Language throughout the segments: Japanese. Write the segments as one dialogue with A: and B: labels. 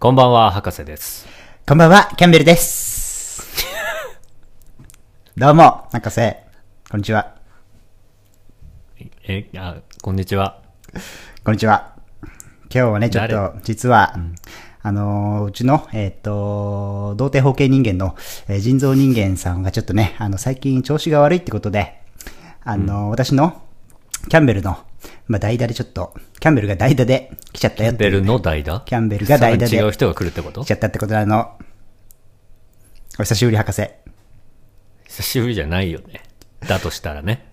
A: こんばんは、博士です。
B: こんばんは、キャンベル です。どうも、博士。こんにちは。
A: え、あ、こんにちは。
B: こんにちは。今日はね、ちょっ
A: 誰
B: と、実は、あのー、うちの、えーっ、と、童貞包茎人間の、えー人造人間さんがちょっとね、あの、最近調子が悪いってことで、あのー私の、キャンベルの、まあ、代打でちょっと、キャンベルが代打で来ちゃったよってい
A: ベ
B: う
A: ルの代打
B: キャンベルが代打で
A: さらに違う人が来るってこと
B: 来ちゃったってことなの。お久しぶり、博士。
A: 久しぶりじゃないよね。だとしたらね。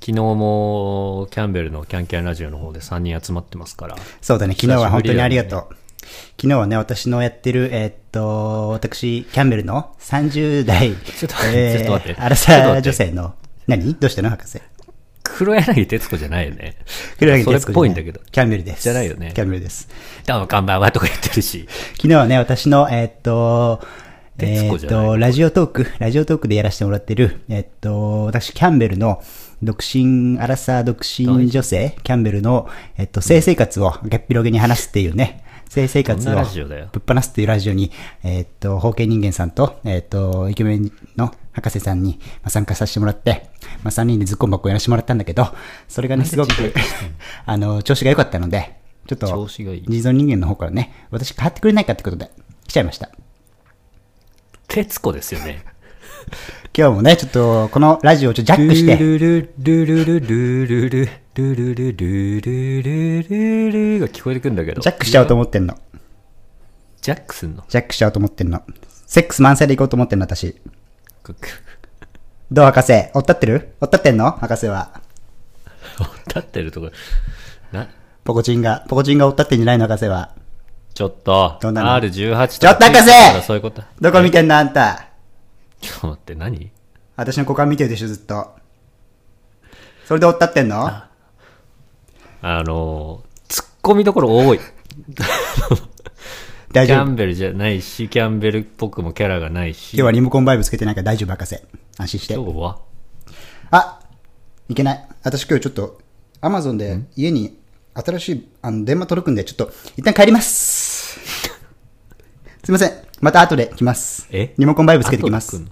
A: 昨日も、キャンベルのキャンキャンラジオの方で3人集まってますから。
B: そうだね、昨日は本当にありがとう。
A: 久
B: 昨日はね、私のやってる、えーっと、私、キャンベルの30代、
A: ちょっと待ってちょっと待って
B: アラサー女性の、何どうしたの博士。
A: 黒柳徹子じゃないよね。
B: 黒柳徹子じゃな
A: それっぽいんだけど。
B: キャンベルです。
A: じゃないよね
B: キャンベルです。
A: どうもこんばんはとか言ってるし。
B: 昨日はね、私の、えーっと、え
A: 徹
B: ー
A: 子
B: っ
A: じゃない
B: と、ラジオトーク、ラジオトークでやらせてもらってる、えーっと、私、キャンベルの、独身、アラサー独身女性、キャンベルの、えーっと、性生活を、げっぴろげに話すっていうね、性生活
A: ど
B: を、
A: んな
B: ぶ
A: ラジオだよ
B: っ放すっていうラジオに、えーっと、包茎人間さんと、えーっと、イケメンの博士さんにまあ参加させてもらって、まあ、3人でズッコン箱をやらせてもらったんだけど、それがね、すごく、 あの、調子が良かったので、ちょっと、
A: 調子がいい
B: 人造人間の方からね、私変わってくれないかってことで、来ちゃいました。
A: 徹子ですよね。
B: 今日もね、ちょっと、このラジオをちょっとジャッ クして、
A: ルルルルルルルルルルルルルルルルルが聞こえてくんだけど。
B: ジャックしちゃおうと
A: 思う。
B: 思ってんの。
A: ジャックすんの
B: ジャックしちゃおうと思ってんの。セックス満載で行こうと思ってんの、私。
A: くっく
B: どう、博士おったってるおったってんの博士は。
A: 立ってるところ。な、
B: ポコチンが、ポコチンがおったってんじゃないの、博士は。
A: ちょっと、
B: どんなの
A: R18
B: ちょっと博士
A: そういうこと。
B: どこ見てんの、あんた。
A: ちょっと待って、何
B: 私の股間見てるでしょ、ずっと。それでおったってんの
A: あのー、突っ込みどころ多い。
B: 大
A: キャ
B: 丈夫。今
A: ンベルじゃないし、キャンベルっぽくもキャラがないし。
B: 日はリモコンバイブつけてないから大丈夫、博士。安心して
A: 今。日は
B: あいけない。私今日ちょっと、アマゾンで家に新しいあの電話届くんで、ちょっと、一旦帰ります。すいません。また後で来ます。
A: え
B: リモコンバイブつけてきます。
A: 後で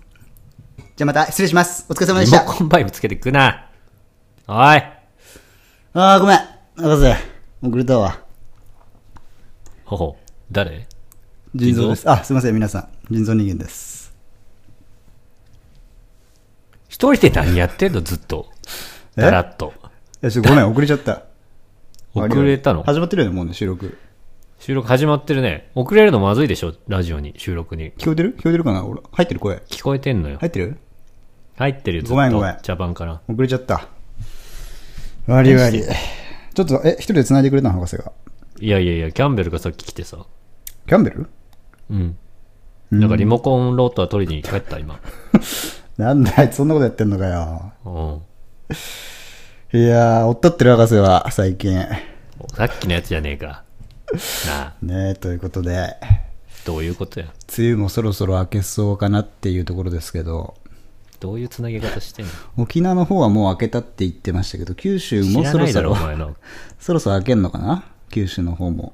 B: じゃあまた失礼します。お疲れ様で
A: 来ん
B: し
A: の
B: た
A: リ。モコンバイブつけてくな。おい。
B: あー、ごめん。博士、遅れたわ。
A: ほほ、誰
B: 腎臓です。あ、すいません、皆さん。腎臓人間です。
A: 一人で何やってんのずっと。
B: え
A: だらっと。
B: いや、ちょっとごめん、遅れちゃった。
A: 遅れたの
B: 始まってるよね、もうね、収録。
A: 収録始まってるね。遅れるのまずいでしょラジオに、収録に。
B: 聞こえてる聞こえてるかな俺、入ってる声。
A: 聞こえてんのよ。
B: 入ってる
A: 入ってるよ、ずっと。
B: ごめんごめん
A: 茶番から。
B: 遅れちゃった。わりわり。ちょっと、え、一人で繋いでくれたの博士が。
A: いやいやいや、キャンベルがさっき来てさ。
B: キャンベル
A: うん。なんかリモコンローター取りに帰った、今。
B: なんだあいつそんなことやってんのかよ。
A: うん。
B: いやー、おったってる博士は、最近。
A: さっきのやつじゃねえか。 なあ、
B: ねえ、ということで、
A: どういうことや。
B: 梅雨もそろそろ明けそうかなっていうところですけど、
A: どういうつなげ方してんの
B: 沖縄の方はもう明けたって言ってましたけど、九州
A: 知
B: も
A: ら
B: そ
A: な
B: ろ
A: い
B: そ
A: だろ、
B: ろ
A: お、前の。
B: そろそろ明けんのかな九州の方も。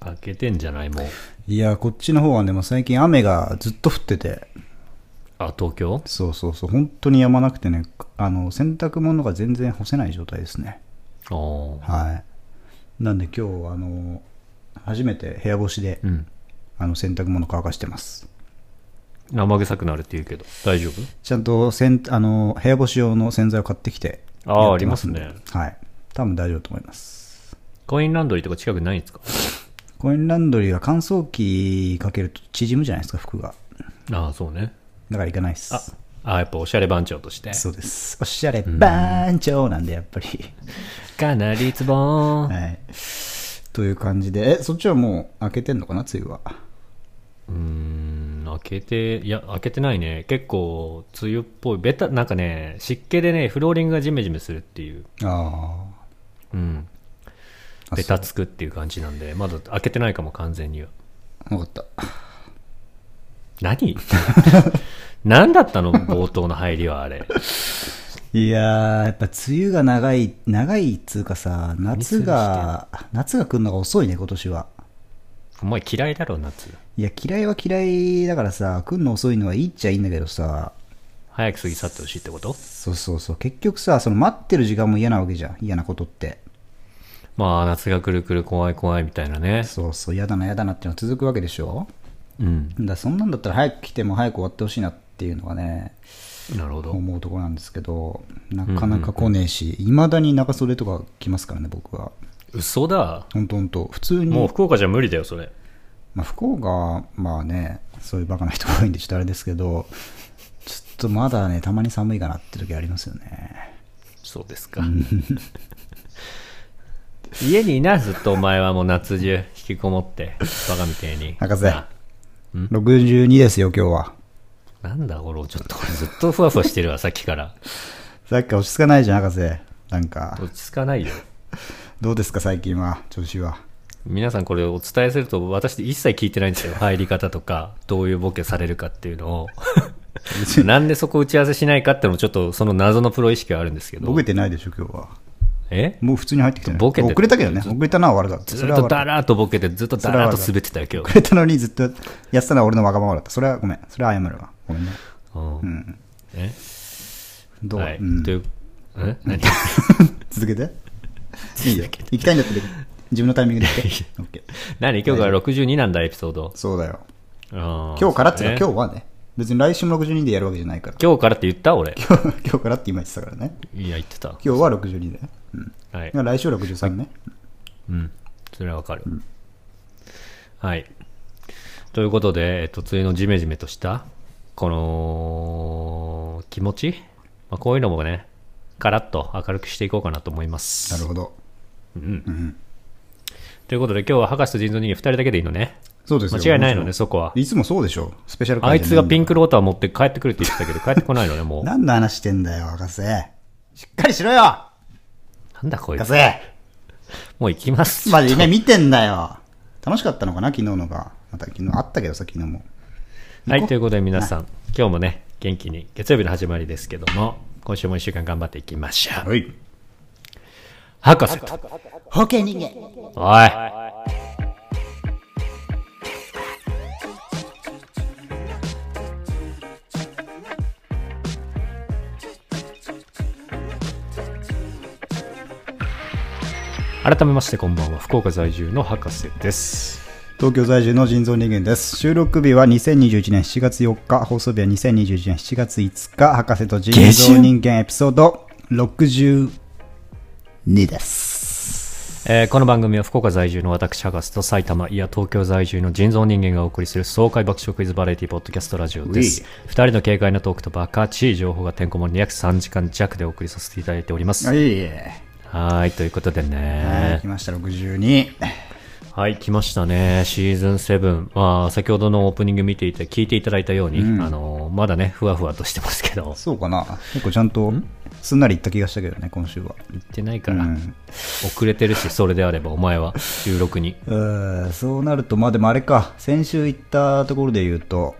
A: 開けてんじゃない、もう。
B: いやー、こっちの方はね、もう最近雨がずっと降ってて、
A: あ、東京
B: そうそうそう、本当にやまなくてね、あの、洗濯物が全然干せない状態ですね。
A: ああ。
B: はい。なんで今日、あの、初めて部屋干しで、
A: うん。
B: あの、洗濯物乾かしてます。
A: 生臭くなるって言うけど、大丈夫
B: ちゃんと洗、あの、部屋干し用の洗剤を買ってきて
A: あー
B: やってんで
A: あります
B: はい。多分大丈夫だと思います。
A: コインランドリーとか近くないんですか
B: コインランドリーは乾燥機かけると縮むじゃないですか、服が。
A: ああ、そうね。
B: だから行かないっす。
A: あ、あやっぱおしゃれ番長として。
B: そうです。おしゃれ番長なんで、やっぱり。
A: かなりツボーン。
B: はい。という感じで、え、そっちはもう開けてんのかな、梅雨は。
A: うーん、開けて、いや、開けてないね。結構、梅雨っぽい。ベタ、なんかね、湿気でね、フローリングがジメジメするっていう。
B: あ
A: うん。
B: あ
A: ベタつくっていう感じなんで、まだ開けてないかも、完全には。
B: あ、わかった。
A: 何何だったの冒頭の入りは、あれ。
B: いやー、やっぱ梅雨が長い、長いっつうかさ、夏が、夏が来るのが遅いね、今年は。
A: お前嫌いだろ、夏。
B: いや、嫌いは嫌いだからさ、来んの遅いのはいいっちゃいいんだけどさ、
A: 早く過ぎ去ってほしいってこと
B: そうそうそう、結局さ、その待ってる時間も嫌なわけじゃん、嫌なことって。
A: まあ、夏が来る来る怖い怖いみたいなね。
B: そうそう、嫌だな嫌だなっていうのは続くわけでしょ
A: うん。
B: だからそんなんだったら早く来ても早く終わってほしいなっていうのがね、
A: なるほど。
B: 思うところなんですけど、なかなか来ねえし、いま、だに長袖とか来ますからね、僕は。
A: 嘘だ。
B: ほんとほんと、普通に、
A: もう福岡じゃ無理だよ、それ。
B: まあ、不幸が、まあね、そういうバカな人が多いんでちょっとあれですけど、ちょっとまだね、たまに寒いかなって時ありますよね。
A: そうですか。家にいな、ずっとお前はもう夏中、引きこもって、バカみてえに。
B: 博士
A: な、ん
B: 62ですよ、今日は。
A: なんだ、これ、ちょっとこれずっとふわふわしてるわ、さっきから。
B: さっきから落ち着かないじゃん、博士。なんか、
A: 落ち着かないよ。
B: どうですか、最近は、調子は。
A: 皆さんこれお伝えすると私一切聞いてないんですよ。入り方とか、どういうボケされるかっていうの を。なんでそこ打ち合わせしないかっていうのもちょっとその謎のプロ意識はあるんですけど。
B: ボケてないでしょ、今日は。
A: え
B: もう普通に入ってきてない。
A: ボケて
B: 遅れたけどね、遅れたのは悪かった。
A: ず
B: そ
A: っ
B: れは
A: と
B: 悪か
A: だ
B: った。
A: らーっとボケて、ずっとだらーっと滑ってた よ、今
B: 遅れたのにずっとやってたのは俺のわがままだった。それはごめん。それは謝るわ。ごめんね。
A: 日。う。
B: うんん。
A: え
B: どう、
A: はい。
B: うん
A: という、え何
B: 続けて。いいよ。行きたいんだったら、自分のタイミング で行って。オッケー
A: 何今日から62なんだ、エピソード。
B: そうだよ。
A: 今
B: 今日からっていうか、
A: 日。
B: 今日はね。別に来週も62でやるわけじゃないから。
A: 今日からって言った俺。
B: 今日 今日からって今言ってたからね。
A: いや、言ってた。
B: 今日は62で。うん。
A: はい。
B: 来週63ね。
A: うん、それはわかる。はい。ということで、えっと、梅雨のジメジメとした、この、気持ち、まあ、こういうのもね、カラッと明るくしていこうかなと思います。
B: なるほど。
A: うん
B: ん
A: ということで、今日は博士と人造人間2人だけでいいのね。
B: そうですよ
A: 間違いないの
B: も
A: ね、
B: ち
A: そこは
B: ろん。いつもそうでしょ。スペシャル
A: あいつがピン
B: ク。
A: クローター持って帰ってくるって言ってたけど、帰ってこないのね、 もう。な
B: 何の話してんだよ、博士。しっかりしろよ
A: んだこい
B: 博
A: つ。
B: 士
A: もう行きます。
B: まで夢見てんだよ楽しかったのかな昨日のが。また昨日あったけどさ、昨日も。
A: は
B: 行
A: い、
B: こう
A: ということで皆さん、今日もね、元気に、月曜日の始まりですけども、今週も一週間頑張っていきましょう。
B: はい。
A: 博士と
B: 保険人間
A: おい改めましてこんばんは福岡在住の博士です
B: 東京在住の人造人間です。収録日は2021年7月4日、放送日は2021年7月5日、博士と人造人間エピソード62です。
A: えーこの番組は福岡在住の私博士と埼玉いや東京在住の人造人間がお送りする爽快爆笑クイズバラエティポッドキャストラジオです
B: う
A: 2人の軽快なトークとバカチい情報がてんこ盛りに約3時間弱でお送りさせていただいております
B: は
A: はい
B: いえ。
A: いということで
B: はい
A: ね
B: 来ました、62。
A: はい、来ましたね。シーズン7。まあ、先ほどのオープニング見ていて、聞いていただいたように、あの、まだね、ふわふわとしてますけど、
B: そうかな。結構ちゃんと、すんなりいった気がしたけどね、今週は。
A: 言ってないから、
B: うん
A: 遅れてるし、それであれば、お前は、収録に。
B: うーんそうなると、まあでもあれか、先週行ったところで言うと、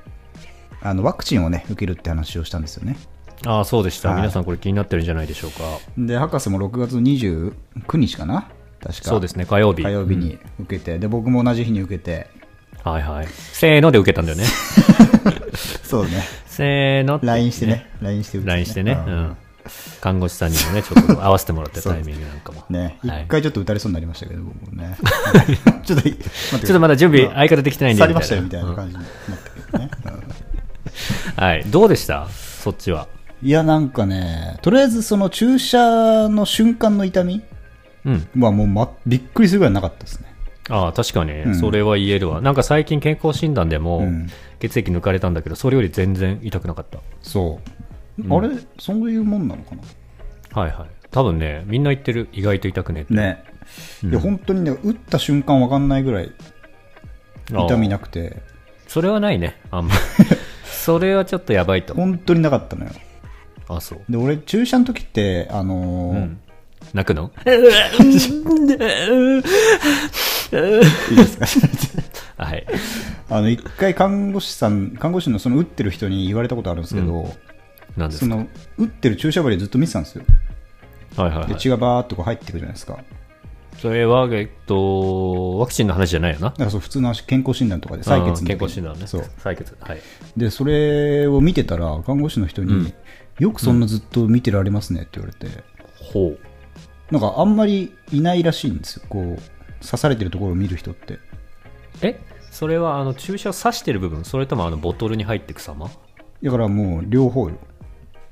B: あのワクチンをね、受けるって話をしたんですよね。
A: ああ、そうでした。
B: はい
A: 皆さん、これ気になってるんじゃないでしょうか。
B: で、博士も6月29日かな、確か。
A: そうですね、火曜日。
B: 火曜日に受けて、で、僕も同じ日に受けて、
A: はいはい。せーので受けたんだよね。
B: そう ね、
A: せーのって。
B: LINE してね、LINE して受け
A: LINE してね。う
B: うん
A: ん。看護師さんにもね、ちょっと合わせてもらったタイミングなんかも。
B: ね、一、
A: はい
B: 回ちょっと打たれそうになりましたけど、僕 もね。ちょっと、待ってください
A: ちょっとまだ準備、相方できてないんで。
B: 去りましたよみたいな
A: うん
B: 感じになったけどね。うん
A: はい。どうでしたそっちは。
B: いや、なんかね、とりあえずその注射の瞬間の痛み
A: うん。
B: はもう、ま、びっくりするぐらいなかったですね。
A: ああ確かに、
B: ん
A: それは言えるわなんか最近健康診断でも、
B: うん
A: 血液抜かれたんだけどそれより全然痛くなかった
B: そう。あれ、そういうもんなのかな
A: はいはい多分ねみんな言ってる意外と痛くねって
B: ね。いや、本当にね、打った瞬間わかんないぐらい痛み
A: ああ
B: なくて、
A: それはないねあ んまそれはちょっとやばいと
B: 本当になかったのよ。
A: あそう
B: で、俺、注射の時って、あのー
A: 泣く の
B: いいですか
A: はい
B: あの、一回看護師さん、看護師のその打ってる人に言われたことあるんですけど、
A: なんで
B: そ
A: すか
B: の、打ってる注射針ずっと見てたんですよ。
A: はいはい、
B: で、
A: はい、
B: 血がバーっとこう入ってくるじゃないですか。
A: それは、えっと、ワクチンの話じゃないよな。
B: だからそう普通の健康診断とかで採血の時
A: うん
B: に
A: 健康診断ね。
B: そう
A: 採血。はい。
B: でそれを見てたら看護師の人に、
A: うん
B: よくそんなずっと見てられますねって言われて
A: ほう。
B: なんかあんまりいないらしいんですよこう刺されてるところを見る人って
A: えそれはあの注射を刺してる部分それともあのボトルに入っていく様
B: だからもう両方よ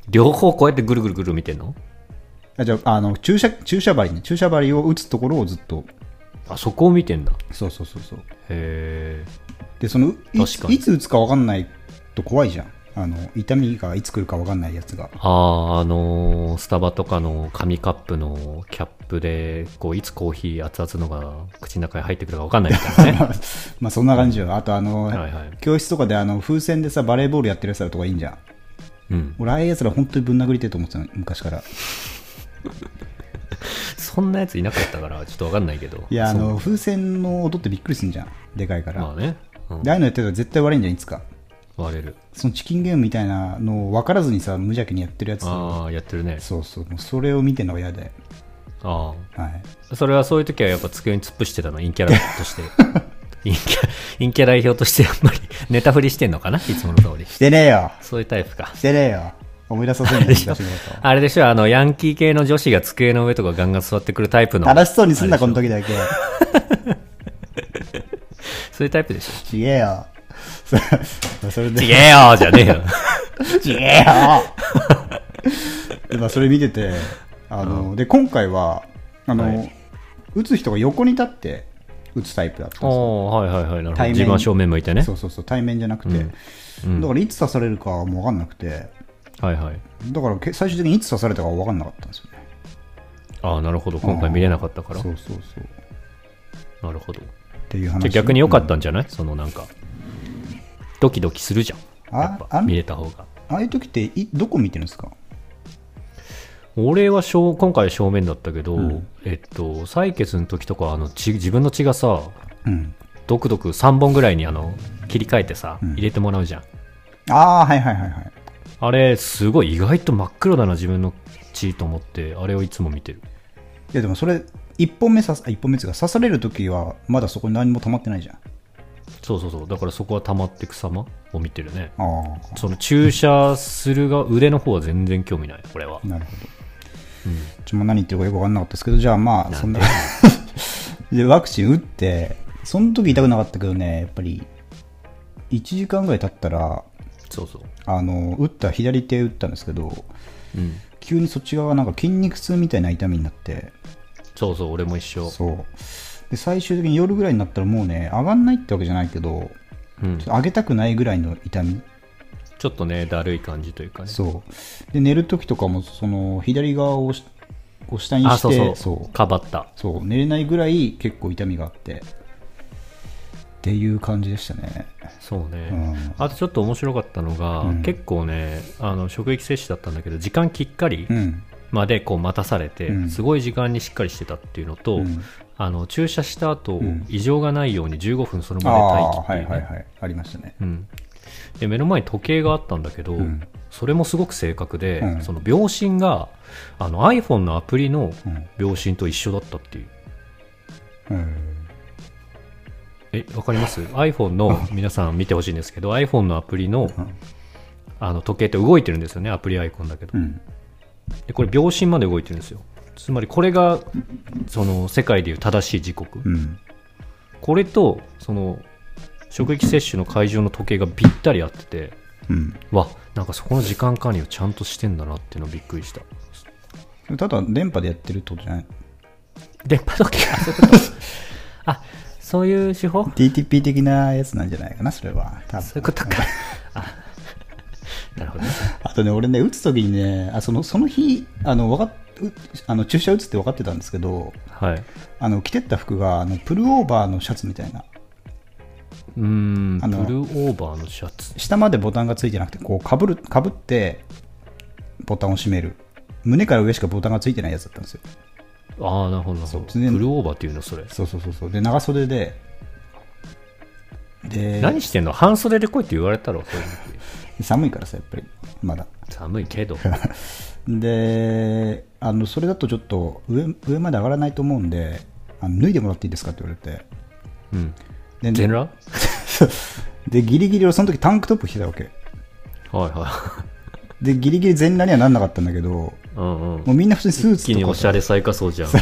A: 両方こうやってぐるぐるぐる見てんの
B: あじゃああの注射注射針ね注射針を打つところをずっと
A: あそこを見てんだ
B: そうそうそうそう
A: へえ
B: でそのいつ
A: 確かに
B: いつ打つか分かんないと怖いじゃんあの痛みがいつ来るか分かんないやつが
A: あああのースタバとかの紙カップのキャップでこういつコーヒー熱々のが口の中に入ってくるか分かんないみ たいなね
B: まあそんな感じよあとあの、
A: はいはい
B: 教室とかであの風船でさバレーボールやってるやつらとかいいんじゃん
A: うん
B: 俺ああいうやつら本当にぶん殴りてえと思ってたの昔から
A: そんなやついなかったからちょっと分かんないけど
B: いやあ
A: そう
B: の風船の音ってびっくりすんじゃんでかいから、
A: まあね、うん
B: でああいうのやってたら絶対悪いんじゃんいつか
A: 割れる
B: そのチキンゲームみたいなのを分からずにさ無邪気にやってるやつ
A: ああやってるね
B: そうそうもうそれを見てんのが嫌で、
A: ああ
B: はい、
A: それはそういう時はやっぱ机に突っ伏してたの、陰キャラとして。陰キャ陰キャ代表としてやっぱりネタ振りしてんのかない つもの通り。
B: してねえよ
A: そういうタイプか
B: し。てねえよ思い出さ せないで昔のこと
A: あれでしょ、あの、ヤンキー系の女子が机の上とかガンガン座ってくるタイプの、
B: 楽しそうにすんなこの時だけ
A: そういうタイプでし
B: ちげえよそ それ
A: ょ。
B: で
A: ちげえよーじゃねえ よ。
B: ちげえよ でまあそれ見ててあの、で今回はあの、
A: はい
B: 打つ人が横に立って打つタイプだったんですよ
A: おー、はいはいはい、なるほど。
B: 対面
A: 自分は正面向いてね
B: そ。うそうそう対面じゃなくて、
A: うん
B: だからいつ刺されるかも分かんなくて
A: はいはい。
B: だからけ最終的にいつ刺されたか分かんなかったんですよね
A: ああ、なるほど。今回見れなかったから
B: そ。うそうそうっ
A: なるほど。
B: ていう話
A: じゃあ逆に良かったんじゃないそのなんか、ドキドキするじゃん。
B: あ
A: やっ
B: あ
A: ぱ見れた方が。
B: ああいう時っていどこ見てるんですか
A: 俺は正今回正面だったけど、えっと、採血の時とかあの血自分の血がさ
B: うん
A: ドクドク3本ぐらいにあの切り替えてさ、
B: うん
A: 入れてもらうじゃん
B: ああはいはいはいはい
A: あれすごい意外と真っ黒だな自分の血と思ってあれをいつも見てる
B: いやでもそれ1本目刺さあ一本目っていうか刺される時はまだそこに何も溜まってないじゃん
A: そうそうそうだからそこは溜まってく様を見てるね
B: あ
A: その注射するが腕の方は全然興味ないこれは
B: あなるほど、ちょもう何言ってるかよく分かんなかったですけどじゃあまあそんな でワクチン打ってその時痛くなかったけどねやっぱり1時間ぐらい経ったら
A: そうそう
B: あの打った左手打ったんですけど
A: うん
B: 急にそっち側がなんか筋肉痛みたいな痛みになって
A: そうそう俺も一緒
B: そうで最終的に夜ぐらいになったらもうね上がんないってわけじゃないけど
A: うん、
B: ちょっと上げたくないぐらいの痛み
A: ちょっとねだるい感じというかね
B: そうで寝る時とかもその左側をしこう下にして
A: あそうそう
B: そう
A: かばった
B: そう寝れないぐらい結構痛みがあってっていう感じでしたね
A: そうね、
B: うん
A: あとちょっと面白かったのが、
B: うん
A: 結構ねあの職域接種だったんだけど時間きっかり
B: うん
A: までこう待たされて、
B: うん
A: すごい時間にしっかりしてたっていうのと、
B: うん
A: あの注射した後、
B: ん
A: 異常がないように15分その
B: あ
A: 場で
B: あ
A: 待機
B: は
A: ってい
B: いう
A: ね、
B: はいはいありましたね
A: うん、で目の前に時計があったんだけど、
B: ん
A: それもすごく正確で、
B: うん
A: その秒針があの iPhone のアプリの
B: うん
A: 秒針と一緒だったっていう。
B: うん
A: え、わかります ?iPhone の、皆さん見てほしいんですけど、iPhone のアプリの、あの、時計って動いてるんですよね、アプリアイコンだけど
B: う。ん
A: で、これ、秒針まで動いてるんですよ。つまり、これが、その、世界でいう正しい時刻。
B: うん
A: これと、その、職域接種の会場の時計がぴったり合ってて、
B: うん
A: わ、なんかそこの時間管理をちゃんとしてんだなっていうのびっくりした。
B: ただ電波でやってるってことじゃない
A: 電波時 計あそういうことあ、そういう手法
B: TTP 的なやつなんじゃないかなそれは多
A: そういう
B: 分
A: ことか。あなるほどね。
B: あとね俺ね打つ時にねあそのその日あのわかっうあの注射打つって分かってたんですけど
A: はい。
B: あの着てった服があのプルオーバーのシャツみたいな
A: うーん、ブ
B: あ
A: ル
B: の
A: ーオーバーのシャツ。
B: 下までボタンがついてなくてこうかぶるかぶってボタンを閉める胸から上しかボタンがついてないやつだったんですよ
A: ああ、なるほど、なるほど。
B: そう
A: ブルーオーバーっていうの、それ。
B: そうそうそうそうで長袖でで
A: 何してんの半袖で来いって言われたろ、そういう
B: 寒いからさやっぱりまだ
A: 時寒い けど。
B: であのそれだとちょっと上上まで上がらないと思うんであの脱いでもらっていいですかって言われて。
A: うん。
B: で
A: 全裸
B: で、ギリギリ俺その時タンクトップ着てたわけ。
A: はいは
B: で、ギリギリ全裸にはなんなかったんだけど、も
A: い。うんうん。
B: うみんな普通にスー
A: 一気
B: ツ
A: に
B: と
A: お
B: か
A: しゃ
B: さ、
A: れ最下層じゃん。
B: ス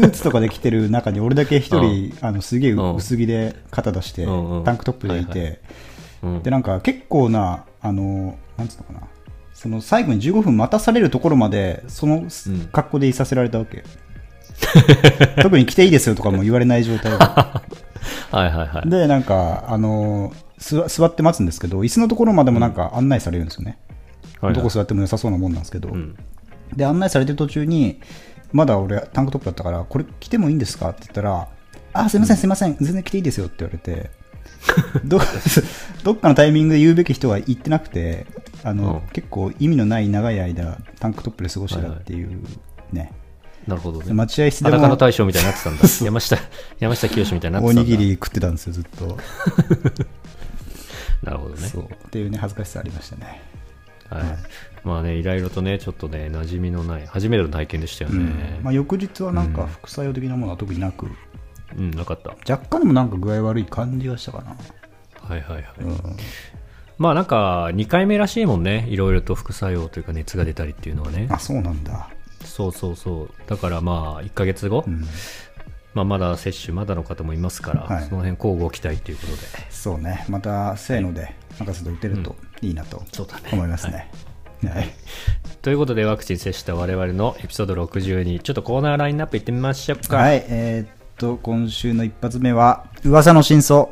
B: ーツとかで着てる中に俺だけ一人、あの、すげえ
A: うん
B: 薄着で肩出して、
A: うんうん
B: タンクトップでいて、
A: はいうん
B: で、なんか結構な、あの、なんつうのかな、その最後に15分待たされるところまで、その
A: ん
B: 格好でいさせられたわけ。 特に着ていいですよとかも言われない状態 で。
A: はいはいはい。
B: で、なんか、あの座、座って待つんですけど、椅子のところまでもなんか案内されるんですよね。
A: はいはい
B: どこ座っても良さそうなもんなんですけど、
A: うん。
B: で、案内されてる途中に、まだ俺、タンクトップだったから、これ着てもいいんですかって言ったら、あ、すいません、すいません、全然着ていいですよって言われて、 ど どっかのタイミングで言うべき人は言ってなくて、あの、
A: うん
B: 結構意味のない長い間、タンクトップで過ごしてたっていう、ね。
A: なるほど
B: で
A: ね。
B: 待合室で
A: 裸の
B: も、
A: 大将みたいになってたんだ。山下、山下清みたいになって
B: お
A: たんだ。
B: にぎり食ってたんですよ、ずっと。
A: なるほどね。
B: そう。っていうね、恥ずかしさありましたね。
A: はい。まあね、いろいろとね、ちょっとね、馴染みのない、初めての体験でしたよね。
B: まあ、翌日はなんか副作用的なものは特になく、
A: うん、なかった。
B: 若干でもなんか具合悪い感じがしたかな。
A: はいはいはい。まあなんか、2回目らしいもんね。いろいろと副作用というか熱が出たりっていうのはね。
B: あ、そうなんだ。
A: そうそうそう。だからまあ、1ヶ月後、
B: うん、
A: まあまだ接種まだの方もいますから、
B: はい
A: その辺交互期待ということで。
B: そうね。また、せーので、なんかちょっと打てるといいなと
A: そうだね
B: 思いますね。はい。
A: ということで、ワクチン接種した我々のエピソード62、ちょっとコーナーラインナップいってみましょうか。。
B: はいい、えーっと、今週の一発目は、噂の真相。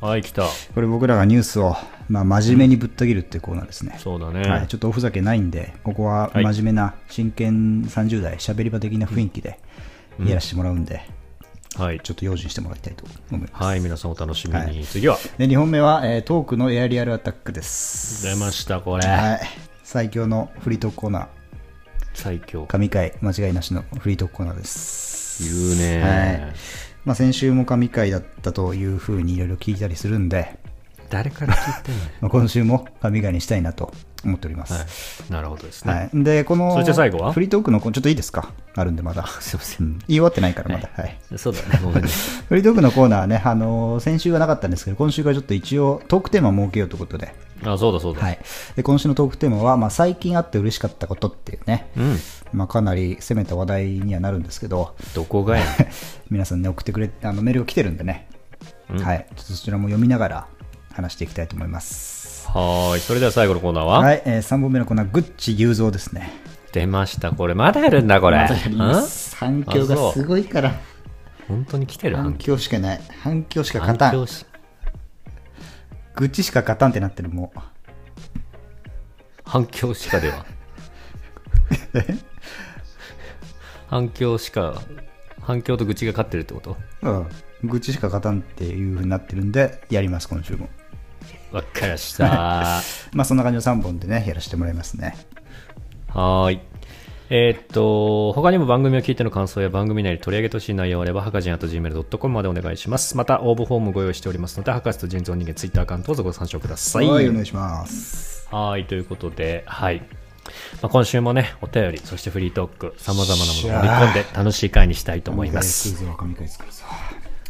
A: はい、来た。
B: これ僕らがニュースを、まあ、真面目にぶった切るっていうコーナーですね。
A: そうだね。
B: はい、ちょっとおふざけないんで、ここは
A: はい
B: 真面目な、真剣30代、喋り場的な雰囲気でやらせてもらうんで、
A: はい。
B: ちょっと用心してもらいたいと思います。
A: はい、皆さんお楽しみに。
B: はい
A: 次は、
B: で2本目は、えートークのエアリアルアタックです。
A: 出ました、これ。
B: はい、最強のフリートークコーナー、
A: 最強。
B: 神回間違いなしのフリートークコーナーです。
A: 言うね、
B: はいまあ、先週も神回だったというふうにいろいろ聞いたりするんで、
A: 誰から聞いてん の
B: まあ、今週も神回にしたいなと思っております。は
A: はいい。なるほどですね。
B: で、この
A: そして最後は
B: フリートークのコーナー、ちょっといいですかあるん でまだ。
A: すいませ
B: うん、言い終わってないからまだ。はい
A: ん。そうだね、ごめ んね。
B: フリートークのコーナーはね、あのー先週はなかったんですけど、今週からちょっと一応トークテーマを設けようということで、
A: あ、そうだそうだ。
B: はい、で今週のトークテーマは、まあ、最近あって嬉しかったことっていうね、
A: うん。
B: まあ、かなり攻めた話題にはなるんですけど、
A: どこがやねん
B: 皆さんね、送ってくれ、あのメールが来てるんでね、はい、ちょっとそちらも読みながら話していきたいと思います。
A: はーい。それでは最後のコーナーは、
B: はい、え3本目のコーナー、グッチ雄三ですね。
A: 出ました、これ。まだやるんだ、これ。
B: 反響がすごいから、
A: うん本当に来てる
B: 反
A: 反響。
B: 響しかない、反響しか勝たん、
A: し、
B: 愚痴しか勝たんってなってる、もう。
A: 反響しかで は。反響しか、反響と愚痴が勝ってるってこと
B: うん、愚痴しか勝たんっていうふうになってるんで、やります、今週も。
A: わかりました。
B: まあ、そんな感じの3本でね、やらせてもらいますね。
A: はーい。えーっと、他にも番組を聞いての感想や番組内で取り上げてほしい内容があれば、はかじん .gmail.com までお願いします。また、応募フォームご用意しておりますので、はかしと人造人間ツイッターアカウントをご参照ください。
B: お願いします。
A: はい、ということで、はい。まあ、今週もね、お便り、そしてフリートーク、様々なものを盛り込んで楽しい回にしたいと思います。
B: クイズは神回作るぞ。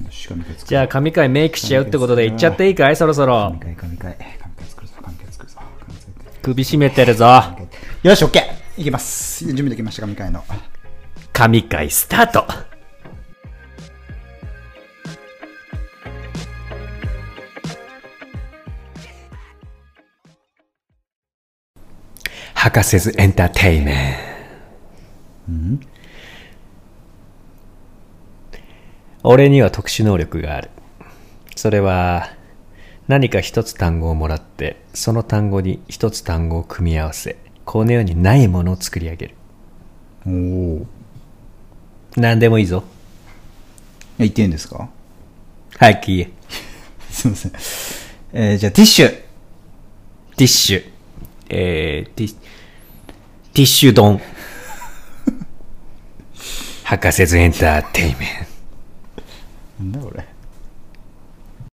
B: よし、神回作る
A: じゃあ、神回メイクしちゃうってことで、行っちゃっていいかいそろそろ
B: 神。回、神回、神回作るぞ、神回作るぞ、神回作るぞ
A: 首絞めてるぞ。
B: 神回。よし、OK! いきます。準備できました、神回の。
A: 神回スタート博士ズエンターテイメント、俺には特殊能力があるそれは何か一つ単語をもらってその単語に一つ単語を組み合わせこの世にないものを作り上げる
B: おお。
A: 何でもいいぞ
B: 言っていいんですか
A: 早く言え。
B: すいません。えー、じゃあ、ティッシュ。
A: ティッシュ。えー、ティッ、ティッシュ丼。博士ズエンターテイメン
B: なんだこれ。